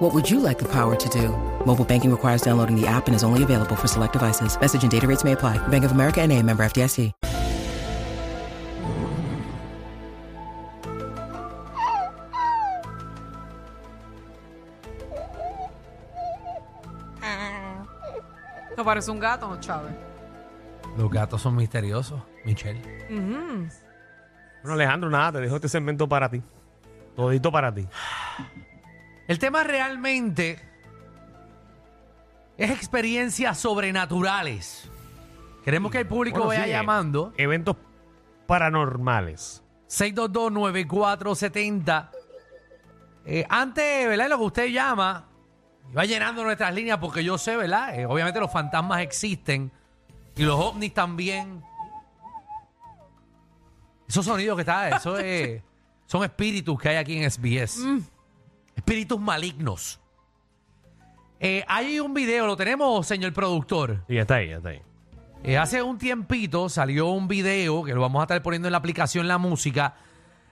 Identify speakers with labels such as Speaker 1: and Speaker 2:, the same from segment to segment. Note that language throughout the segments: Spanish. Speaker 1: What would you like the power to do? Mobile banking requires downloading the app and is only available for select devices. Message and data rates may apply. Bank of America and a member FDIC.
Speaker 2: Esto parece un gato, Chávez.
Speaker 3: Los gatos son misteriosos, Michelle.
Speaker 4: Bueno, Alejandro, nada, te dejo este segmento para ti. Todito para ti.
Speaker 3: El tema realmente es experiencias sobrenaturales. Queremos que el público
Speaker 4: Bueno,
Speaker 3: vaya
Speaker 4: sí, eh,
Speaker 3: llamando.
Speaker 4: Eventos paranormales.
Speaker 3: 622-9470. Eh, antes, ¿verdad? Lo que usted llama, va llenando nuestras líneas porque yo sé, ¿verdad? Eh, obviamente los fantasmas existen y los ovnis también. Esos sonidos que está, eso es- son espíritus que hay aquí en SBS. Espíritus malignos. Eh, hay un video, lo tenemos, señor productor.
Speaker 4: Sí, ya está ahí, ya está ahí.
Speaker 3: Eh, hace un tiempito salió un video que lo vamos a estar poniendo en la aplicación La Música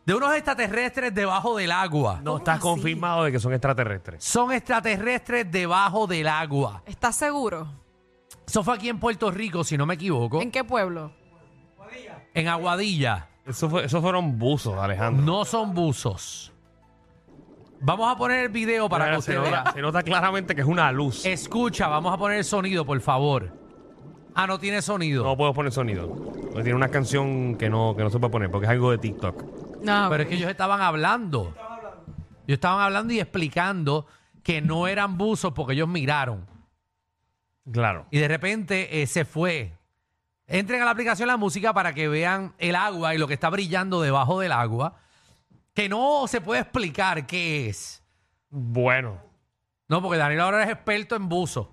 Speaker 3: de unos extraterrestres debajo del agua.
Speaker 4: No estás confirmado de que son extraterrestres.
Speaker 3: Son extraterrestres debajo del agua.
Speaker 2: ¿Estás seguro?
Speaker 3: Eso fue aquí en Puerto Rico, si no me equivoco,
Speaker 2: ¿En qué pueblo?
Speaker 3: en Aguadilla.
Speaker 4: Eso fue, esos fueron buzos, Alejandro.
Speaker 3: No son buzos. Vamos a poner el video para
Speaker 4: Mira,
Speaker 3: que
Speaker 4: se,
Speaker 3: usted
Speaker 4: nota,
Speaker 3: vea.
Speaker 4: se nota claramente que es una luz.
Speaker 3: Escucha, vamos a poner el sonido, por favor. Ah, no tiene sonido.
Speaker 4: No pues, puedo poner sonido. Porque tiene una canción que no, que no se puede poner porque es algo de TikTok.
Speaker 2: No.
Speaker 3: Pero es que ellos estaban hablando. Ellos estaban hablando y explicando que no eran buzos porque ellos miraron.
Speaker 4: Claro.
Speaker 3: Y de repente eh, se fue. Entren a la aplicación La Música para que vean el agua y lo que está brillando debajo del agua. Que no se puede explicar qué es.
Speaker 4: Bueno.
Speaker 3: No, porque Daniel ahora es experto en buzo.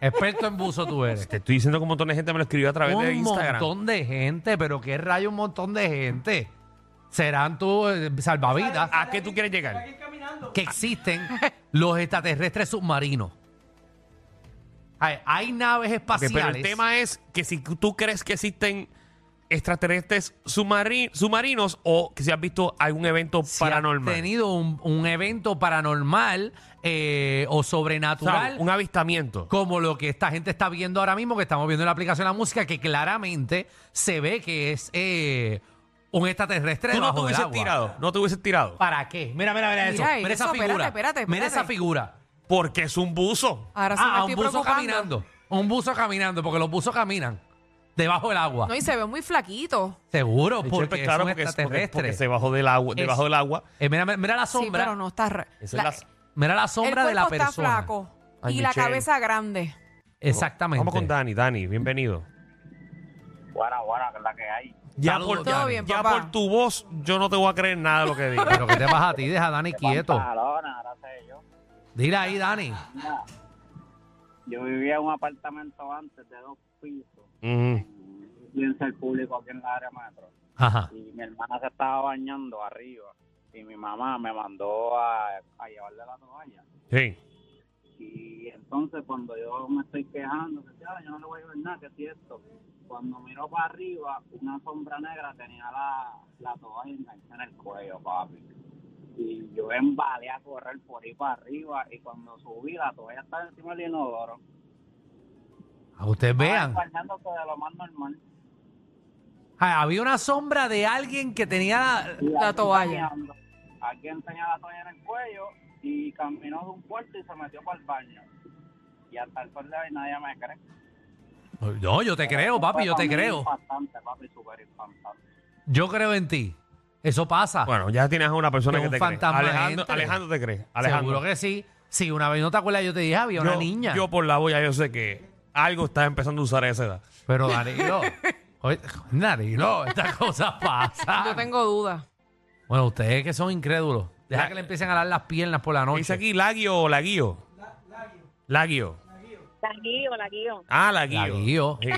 Speaker 3: experto en buzo tú eres.
Speaker 4: Te estoy diciendo que un montón de gente me lo escribió a Este, través de
Speaker 3: Un
Speaker 4: Instagram.
Speaker 3: montón de gente, pero qué rayo un montón de gente. Serán tú eh, salvavidas.
Speaker 4: ¿A qué tú quieres llegar?
Speaker 3: que existen los extraterrestres submarinos. Hay, hay naves
Speaker 4: Ok,
Speaker 3: espaciales.
Speaker 4: pero el tema es que si tú crees que existen extraterrestres submari- submarinos o que si has visto algún evento
Speaker 3: si has
Speaker 4: paranormal.
Speaker 3: tenido un, un evento paranormal eh, o
Speaker 4: O sea,
Speaker 3: sobrenatural,
Speaker 4: un avistamiento.
Speaker 3: como lo que esta gente está viendo ahora mismo, que estamos viendo en la aplicación de la música, que claramente se ve que es eh, un extraterrestre
Speaker 4: Tú no
Speaker 3: debajo
Speaker 4: te
Speaker 3: del
Speaker 4: hubieses
Speaker 3: agua.
Speaker 4: tirado. No te hubieses tirado.
Speaker 3: ¿Para qué? Mira, mira, mira eso.
Speaker 2: Mira,
Speaker 3: Mira,
Speaker 2: y
Speaker 3: esa
Speaker 2: eso,
Speaker 3: figura.
Speaker 2: espérate, espérate,
Speaker 3: Mira esa
Speaker 2: espérate.
Speaker 3: figura.
Speaker 4: Porque es un buzo.
Speaker 2: Ahora sí me
Speaker 3: Ah, un
Speaker 2: estoy
Speaker 3: buzo
Speaker 2: preocupando.
Speaker 3: caminando. Un buzo caminando, porque los buzos caminan debajo del agua.
Speaker 2: No, y se ve muy flaquito.
Speaker 3: Seguro, porque
Speaker 4: Siempre,
Speaker 3: es
Speaker 4: claro,
Speaker 3: un
Speaker 4: porque, es- porque-
Speaker 3: extraterrestre.
Speaker 4: porque se bajó del agua,
Speaker 3: Es-
Speaker 4: debajo del agua.
Speaker 3: Eh, mira, mira- mira la
Speaker 2: Sí,
Speaker 3: sombra.
Speaker 2: pero no está... ra-
Speaker 4: Esa
Speaker 2: La-
Speaker 4: es la-
Speaker 3: Mira la
Speaker 2: el
Speaker 3: sombra
Speaker 2: cuerpo
Speaker 3: de la
Speaker 2: está
Speaker 3: persona.
Speaker 2: flaco
Speaker 4: Ay,
Speaker 2: y la
Speaker 4: Michelle.
Speaker 2: cabeza grande.
Speaker 3: Exactamente.
Speaker 4: Vamos con Dani, Dani, bienvenido.
Speaker 5: Buena, buena, que es la que hay.
Speaker 4: Ya,
Speaker 3: Saludos,
Speaker 4: por,
Speaker 2: Todo
Speaker 3: Dani.
Speaker 2: bien.
Speaker 4: ya
Speaker 2: papá.
Speaker 4: por tu voz, yo no te voy a creer nada de lo que digas.
Speaker 3: Pero que te pasa a ti, deja a Dani quieto.
Speaker 5: Pantalona, ahora sé yo.
Speaker 3: Dile ahí, Dani.
Speaker 5: Yo vivía en un apartamento antes de dos pisos,
Speaker 4: Mm,
Speaker 5: bien ser público aquí en la área metro.
Speaker 3: Ajá.
Speaker 5: Y mi hermana se estaba bañando arriba. Y mi mamá me mandó a, a llevarle la toalla.
Speaker 4: sí.
Speaker 5: Y entonces cuando yo me estoy quejando, que "Ah, yo no le voy a llevar nada, que si esto. Cuando miro para arriba, una sombra negra tenía la, la toalla enganchada en el cuello, papi. Y yo embalé a correr por ahí para arriba y cuando subí la toalla estaba encima del inodoro.
Speaker 3: A ustedes vean.
Speaker 5: Estaba bañándose de lo más normal.
Speaker 3: Ah, había una sombra de alguien que tenía.
Speaker 5: Y
Speaker 2: La
Speaker 5: alguien
Speaker 2: toalla.
Speaker 5: caminando. Alguien tenía la toalla en el cuello y caminó de un puerto y se metió para el baño. Y hasta el sol de hoy nadie me cree.
Speaker 3: No, yo te creo, papi, yo te
Speaker 5: Fue
Speaker 3: creo.
Speaker 5: Impactante, papi, súper impactante.
Speaker 3: Yo creo en ti. Eso pasa.
Speaker 4: Bueno, ya tienes a una persona
Speaker 3: Que
Speaker 4: que
Speaker 3: un
Speaker 4: te
Speaker 3: fantasma
Speaker 4: cree. Alejandro,
Speaker 3: entre.
Speaker 4: Alejandro te cree. Alejandro.
Speaker 3: Seguro que sí. Sí, una vez no te acuerdas, yo te dije, había una
Speaker 4: yo,
Speaker 3: niña.
Speaker 4: Yo por la voz ya yo sé que algo está empezando a usar a esa edad.
Speaker 3: Pero Danilo. oye, Danilo, estas cosas pasan.
Speaker 2: Yo tengo dudas.
Speaker 3: Bueno, ustedes que son incrédulos. Deja
Speaker 4: La-
Speaker 3: que le empiecen a dar las piernas por la
Speaker 4: ¿Qué
Speaker 3: noche.
Speaker 4: dice aquí Laguio o Laguio? Laguio.
Speaker 6: La guío, la guío.
Speaker 4: Ah, Laguio.
Speaker 3: Laguio.
Speaker 4: Sí.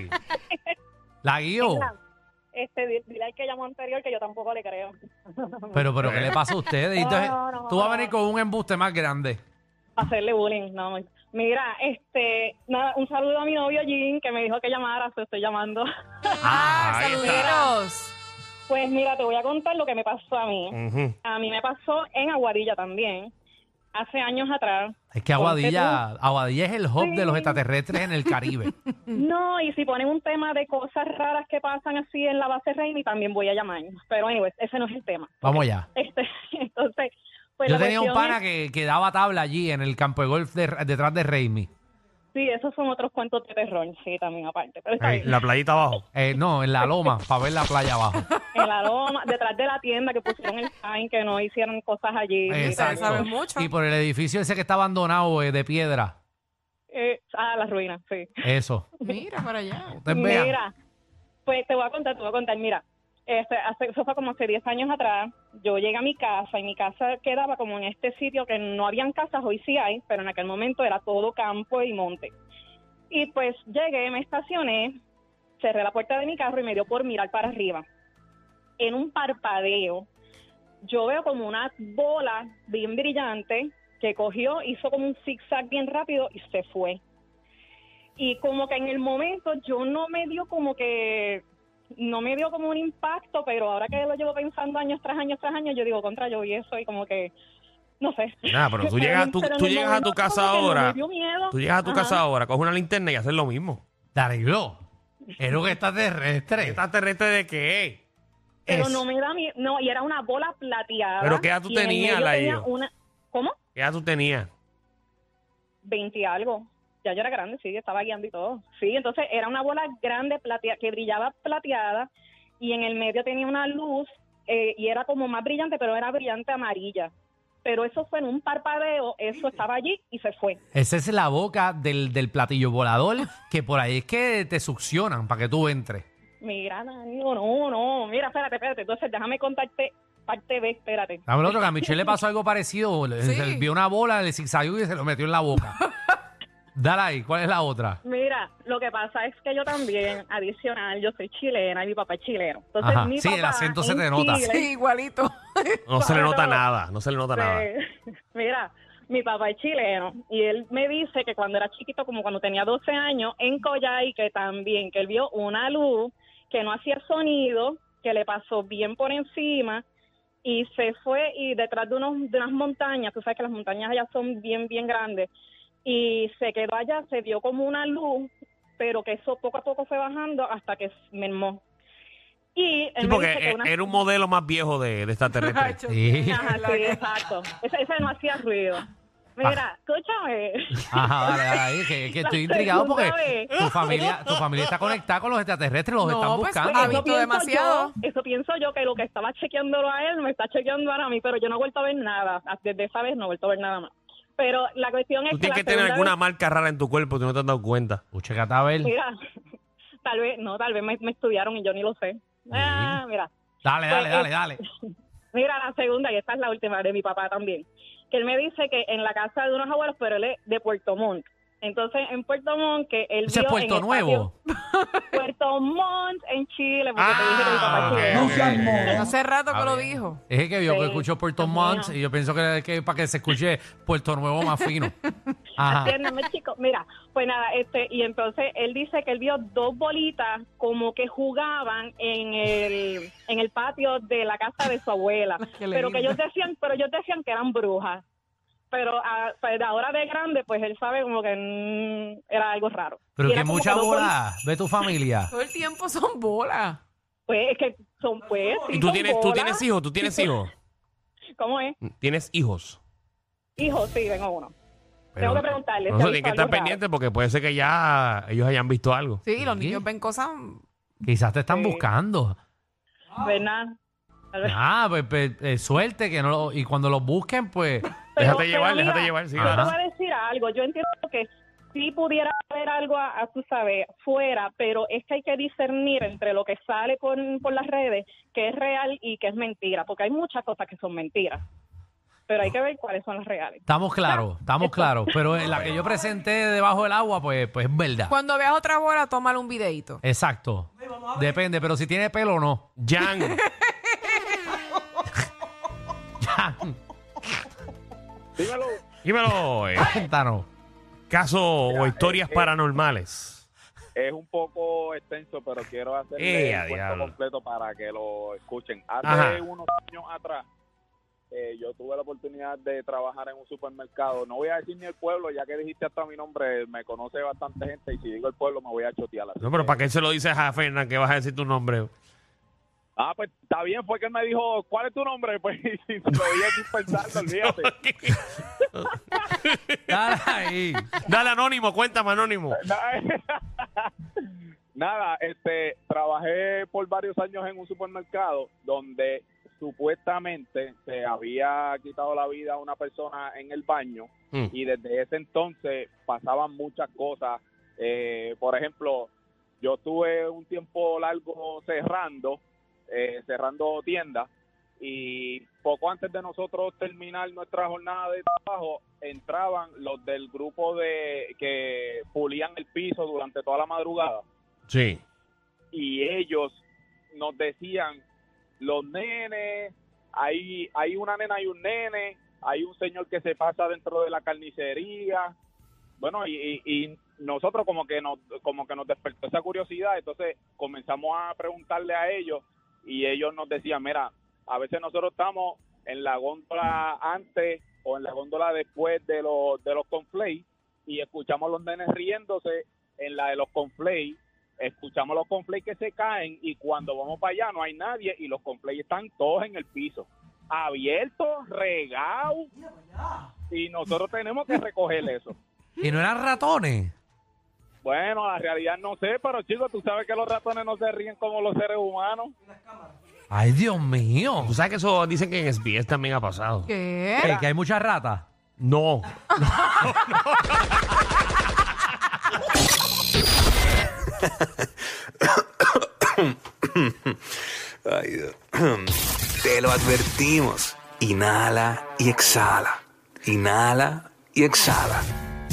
Speaker 3: La guío.
Speaker 6: Mira, Este, di- dile al que llamó anterior que yo tampoco le creo.
Speaker 3: Pero, pero, ¿qué le pasa a ustedes? Y Entonces,
Speaker 6: No, no,
Speaker 3: tú vas a
Speaker 6: no.
Speaker 3: venir con un embuste más grande.
Speaker 6: Hacerle bullying, no. Mira, este, nada, un saludo a mi novio Jim que me dijo que llamara, te estoy llamando.
Speaker 2: Ah,
Speaker 4: ahí está.
Speaker 2: saluderos.
Speaker 6: Pues mira, te voy a contar lo que me pasó a mí.
Speaker 4: Ujú.
Speaker 6: A mí me pasó en Aguadilla también, hace años atrás.
Speaker 3: Es que Aguadilla, Aguadilla es el hub de los extraterrestres en el Caribe. Mm.
Speaker 6: No, y si ponen un tema de cosas raras que pasan así en la base Rainy, también voy a llamar. Pero, anyways, ese no es el tema.
Speaker 3: Vamos allá.
Speaker 6: Este, entonces, pues
Speaker 3: Yo
Speaker 6: la
Speaker 3: tenía un
Speaker 6: cuestión
Speaker 3: pana
Speaker 6: es-
Speaker 3: que, que daba tabla allí en el campo de golf de- detrás de Raimi.
Speaker 6: Sí, esos son otros cuentos de terror, sí, también aparte. Pero está
Speaker 4: Ey,
Speaker 6: bien.
Speaker 4: la playita abajo.
Speaker 3: Eh, no, en la loma, para ver la playa abajo.
Speaker 6: En la loma, detrás de la tienda que pusieron el sign, que no hicieron cosas allí.
Speaker 2: Ustedes
Speaker 3: Exacto.
Speaker 2: saben mucho.
Speaker 3: Y por el edificio ese que está abandonado eh, de piedra.
Speaker 6: Eh, ah, las ruinas, sí.
Speaker 3: Eso.
Speaker 2: Mira para allá.
Speaker 3: Ustedes vean.
Speaker 6: Mira, pues te voy a contar, te voy a contar. Mira, este, hace- eso fue como hace 10 años atrás. Yo llegué a mi casa y mi casa quedaba como en este sitio que no habían casas, hoy sí hay, pero en aquel momento era todo campo y monte. Y pues llegué, me estacioné, cerré la puerta de mi carro y me dio por mirar para arriba. En un parpadeo, yo veo como una bola bien brillante que cogió, hizo como un zigzag bien rápido y se fue y como que en el momento yo no me dio como que no me dio como un impacto pero ahora que lo llevo pensando años tras años tras años yo digo contra yo vi eso y como que no sé
Speaker 4: Nada, pero tú llegas a tu-
Speaker 6: Pero en
Speaker 4: tú
Speaker 6: el
Speaker 4: llegas a tu
Speaker 6: momento
Speaker 4: casa
Speaker 6: como que no
Speaker 4: ahora.
Speaker 6: me dio miedo.
Speaker 4: Tú llegas a tu
Speaker 6: Ajá.
Speaker 4: casa ahora, coges una linterna y haces lo mismo.
Speaker 3: Darío, era un extraterrestre.
Speaker 4: ¿Extraterrestre de qué?
Speaker 6: pero
Speaker 3: Es-
Speaker 6: no me da miedo no y era una bola plateada
Speaker 4: ¿Pero qué edad tú
Speaker 6: y en el
Speaker 4: tenías,
Speaker 6: medio tenía
Speaker 4: Laio?
Speaker 6: una cómo
Speaker 4: ¿Qué edad tú tenías?
Speaker 6: 20 y algo. Ya yo era grande, sí, estaba guiando y todo. Sí, entonces era una bola grande platea, que brillaba plateada y en el medio tenía una luz eh, y era como más brillante, pero era brillante amarilla. Pero eso fue en un parpadeo, eso estaba allí y se fue.
Speaker 3: Esa es la boca del, del platillo volador que por ahí es que te succionan para que tú entres.
Speaker 6: Mira, Danilo, no, no, mira, espérate, espérate. Entonces déjame contarte parte B, espérate.
Speaker 3: Dame el otro, que a Michelle le pasó algo parecido. Le-
Speaker 2: Sí.
Speaker 3: se le vio una bola, le zigzagueó y se lo metió en la boca. Dale ahí, ¿cuál es la otra?
Speaker 6: Mira, lo que pasa es que yo también, adicional, yo soy chilena y mi papá es chileno. Entonces,
Speaker 3: Ajá,
Speaker 6: mi
Speaker 3: sí, el
Speaker 6: papá
Speaker 3: acento se
Speaker 6: en
Speaker 3: te nota.
Speaker 6: Chile-
Speaker 2: Sí, igualito.
Speaker 4: No se le nota
Speaker 6: Pero-
Speaker 4: nada, no se le nota nada.
Speaker 6: Sí. Este, Mira, mi papá es chileno y él me dice que cuando era chiquito, como cuando tenía 12 años, en Coyhai, que también, que él vio una luz que no hacía sonido, que le pasó bien por encima y se fue y detrás de, unos, de unas montañas, tú sabes que las montañas allá son bien, bien grandes, y se quedó allá, se vio como una luz, pero que eso poco a poco fue bajando hasta que mermó. Y él
Speaker 4: Sí,
Speaker 6: me
Speaker 4: porque
Speaker 6: dice que
Speaker 4: e-
Speaker 6: una-
Speaker 4: era un modelo más viejo de, de extraterrestre.
Speaker 3: Sí.
Speaker 6: Ajá, sí, exacto. Ese, ese no hacía ruido. Mira, escúchame.
Speaker 3: Ajá, dale, dale ahí, que, que estoy
Speaker 6: La
Speaker 3: intrigado
Speaker 6: segunda
Speaker 3: porque
Speaker 6: vez.
Speaker 3: tu familia, tu familia está conectada con los extraterrestres, los
Speaker 2: No,
Speaker 3: están
Speaker 2: pues,
Speaker 3: buscando.
Speaker 2: ha visto demasiado.
Speaker 6: Yo, eso pienso yo, que lo que estaba chequeándolo a él me está chequeando ahora a mí, pero yo no he vuelto a ver nada. Ah, Desde esa vez no he vuelto a ver nada más. Pero la cuestión es
Speaker 4: Tú
Speaker 6: que.
Speaker 4: tienes
Speaker 6: la
Speaker 4: que tener
Speaker 6: segunda
Speaker 4: alguna
Speaker 6: vez-
Speaker 4: marca rara en tu cuerpo, tú no te has dado cuenta.
Speaker 3: Uche, Catabel.
Speaker 6: Mira, tal vez, no, tal vez me, me estudiaron y yo ni lo sé. Ah, mira.
Speaker 3: Dale, dale,
Speaker 6: Pues,
Speaker 3: dale,
Speaker 6: eh,
Speaker 3: dale.
Speaker 6: Mira, la segunda, y esta es la última de mi papá también, que él me dice que en la casa de unos abuelos, pero él es de Puerto Montt. Entonces, en Puerto Montt, que él
Speaker 3: Ese es
Speaker 6: vio en
Speaker 3: Puerto
Speaker 6: el patio-
Speaker 3: Nuevo.
Speaker 6: Puerto Montt, en Chile, porque te dije que mi
Speaker 4: Ah,
Speaker 6: papá es
Speaker 4: ok,
Speaker 6: chileno.
Speaker 4: ok, ok, ok.
Speaker 2: Hace rato que
Speaker 3: Ah,
Speaker 2: lo
Speaker 3: bien.
Speaker 2: dijo.
Speaker 3: Es el que vio
Speaker 6: Sí,
Speaker 3: que escucho Puerto
Speaker 6: Dios
Speaker 3: Montt
Speaker 6: mío.
Speaker 3: y yo pienso que es que para que se escuche Puerto Nuevo más fino.
Speaker 4: Ah.
Speaker 3: Ajá.
Speaker 6: Atiéndeme, chico. Mira, pues nada, este, y entonces él dice que él vio dos bolitas como que jugaban en el, en el patio de la casa de su abuela.
Speaker 2: Qué
Speaker 6: pero que
Speaker 2: lindo.
Speaker 6: ellos decían, pero ellos decían que eran brujas. Pero, ah, pero ahora de grande, pues él sabe como que mm, era algo raro.
Speaker 3: Pero
Speaker 6: Y
Speaker 3: que
Speaker 6: era como
Speaker 3: mucha
Speaker 6: dos bolitas.
Speaker 3: bola. Ve tu familia.
Speaker 2: Todo el tiempo son bolas.
Speaker 6: Pues es que son, pues. sí,
Speaker 4: ¿Y tú
Speaker 6: son
Speaker 4: tienes, tú
Speaker 6: bolas.
Speaker 4: tienes Mm. hijos? ¿Tú tienes hijos?
Speaker 6: ¿Cómo es?
Speaker 4: ¿Tienes hijos?
Speaker 6: Hijo, sí, vengo uno.
Speaker 4: Pero-
Speaker 6: que preguntarle,
Speaker 4: No sé,
Speaker 6: si
Speaker 4: tienes
Speaker 6: ha
Speaker 4: que
Speaker 6: visto
Speaker 4: estar
Speaker 6: algo raro.
Speaker 4: pendiente porque puede ser que ya ellos hayan visto algo.
Speaker 2: Sí, los
Speaker 3: Sí.
Speaker 2: niños ven cosas.
Speaker 3: Quizás te están
Speaker 6: Sí.
Speaker 3: buscando.
Speaker 6: ¿Verdad? Pues Tal vez-
Speaker 3: Ah, pues, pues, eh, suerte que no lo- y cuando los busquen, pues
Speaker 6: Pero-
Speaker 4: déjate
Speaker 6: pero
Speaker 4: llevar,
Speaker 6: mira,
Speaker 4: déjate llevar. Sí,
Speaker 6: Yo
Speaker 3: Ajá.
Speaker 6: te voy a decir algo. Yo entiendo que sí pudiera haber algo, a, a tu saber, fuera, pero es que hay que discernir entre lo que sale por, por las redes, que es real y que es mentira, porque hay muchas cosas que son mentiras. pero hay que ver cuáles son las reales.
Speaker 3: Estamos claros, estamos claros. Pero eh, la que yo presenté debajo del agua, pues, pues es verdad.
Speaker 2: Cuando veas otra bola, tómale un videito.
Speaker 3: Exacto. Depende, pero si tiene pelo o no.
Speaker 4: Jan,
Speaker 5: Dímelo.
Speaker 4: dímelo. eh,
Speaker 3: Cuéntanos.
Speaker 4: caso o
Speaker 6: eh,
Speaker 4: historias paranormales.
Speaker 5: Es un poco extenso, pero quiero hacer
Speaker 4: Eh, a
Speaker 5: el cuento
Speaker 4: diablo.
Speaker 5: completo para que lo escuchen. Hace
Speaker 4: Ajá.
Speaker 5: unos años atrás, eh, yo tuve la oportunidad de trabajar en un supermercado. No voy a decir ni el pueblo, ya que dijiste hasta mi nombre, me conoce bastante gente y si digo el pueblo me voy a chotear. Eh, así
Speaker 4: No, pero
Speaker 5: que-
Speaker 4: ¿para qué se lo dices a Fernan que vas a decir tu nombre?
Speaker 5: Ah, pues está bien, fue que él me dijo, ¿cuál es tu nombre? Pues y si lo voy a dispensarlo, olvídate.
Speaker 3: Dale ahí.
Speaker 4: Dale anónimo, cuéntame anónimo.
Speaker 5: Nada, nada, este, trabajé por varios años en un supermercado donde supuestamente se había quitado la vida a una persona en el baño
Speaker 4: Mm.
Speaker 5: y desde ese entonces pasaban muchas cosas. Eh, por ejemplo, yo estuve un tiempo largo cerrando, eh, cerrando tiendas y poco antes de nosotros terminar nuestra jornada de trabajo entraban los del grupo de que pulían el piso durante toda la madrugada
Speaker 4: Sí.
Speaker 5: y ellos nos decían los nenes hay hay una nena y un nene hay un señor que se pasa dentro de la carnicería bueno y, y- y nosotros como que nos como que nos despertó esa curiosidad entonces comenzamos a preguntarle a ellos y ellos nos decían mira a veces nosotros estamos en la góndola antes o en la góndola después de los de los conflays y escuchamos los nenes riéndose en la de los conflays escuchamos los conflays que se caen y cuando vamos para allá no hay nadie y los conflays están todos en el piso, abiertos, regados y nosotros tenemos que recoger eso.
Speaker 3: Y no eran ratones.
Speaker 5: Bueno, la realidad no sé, pero chicos, tú sabes que los ratones no se ríen como los seres humanos.
Speaker 3: Ay, Dios mío.
Speaker 4: Tú sabes que eso dicen que en SBS también ha pasado.
Speaker 2: ¿Qué?
Speaker 3: Eh, Que hay muchas ratas.
Speaker 4: No.
Speaker 7: Ay, Dios. Te lo advertimos. Inhala y exhala. Inhala y exhala.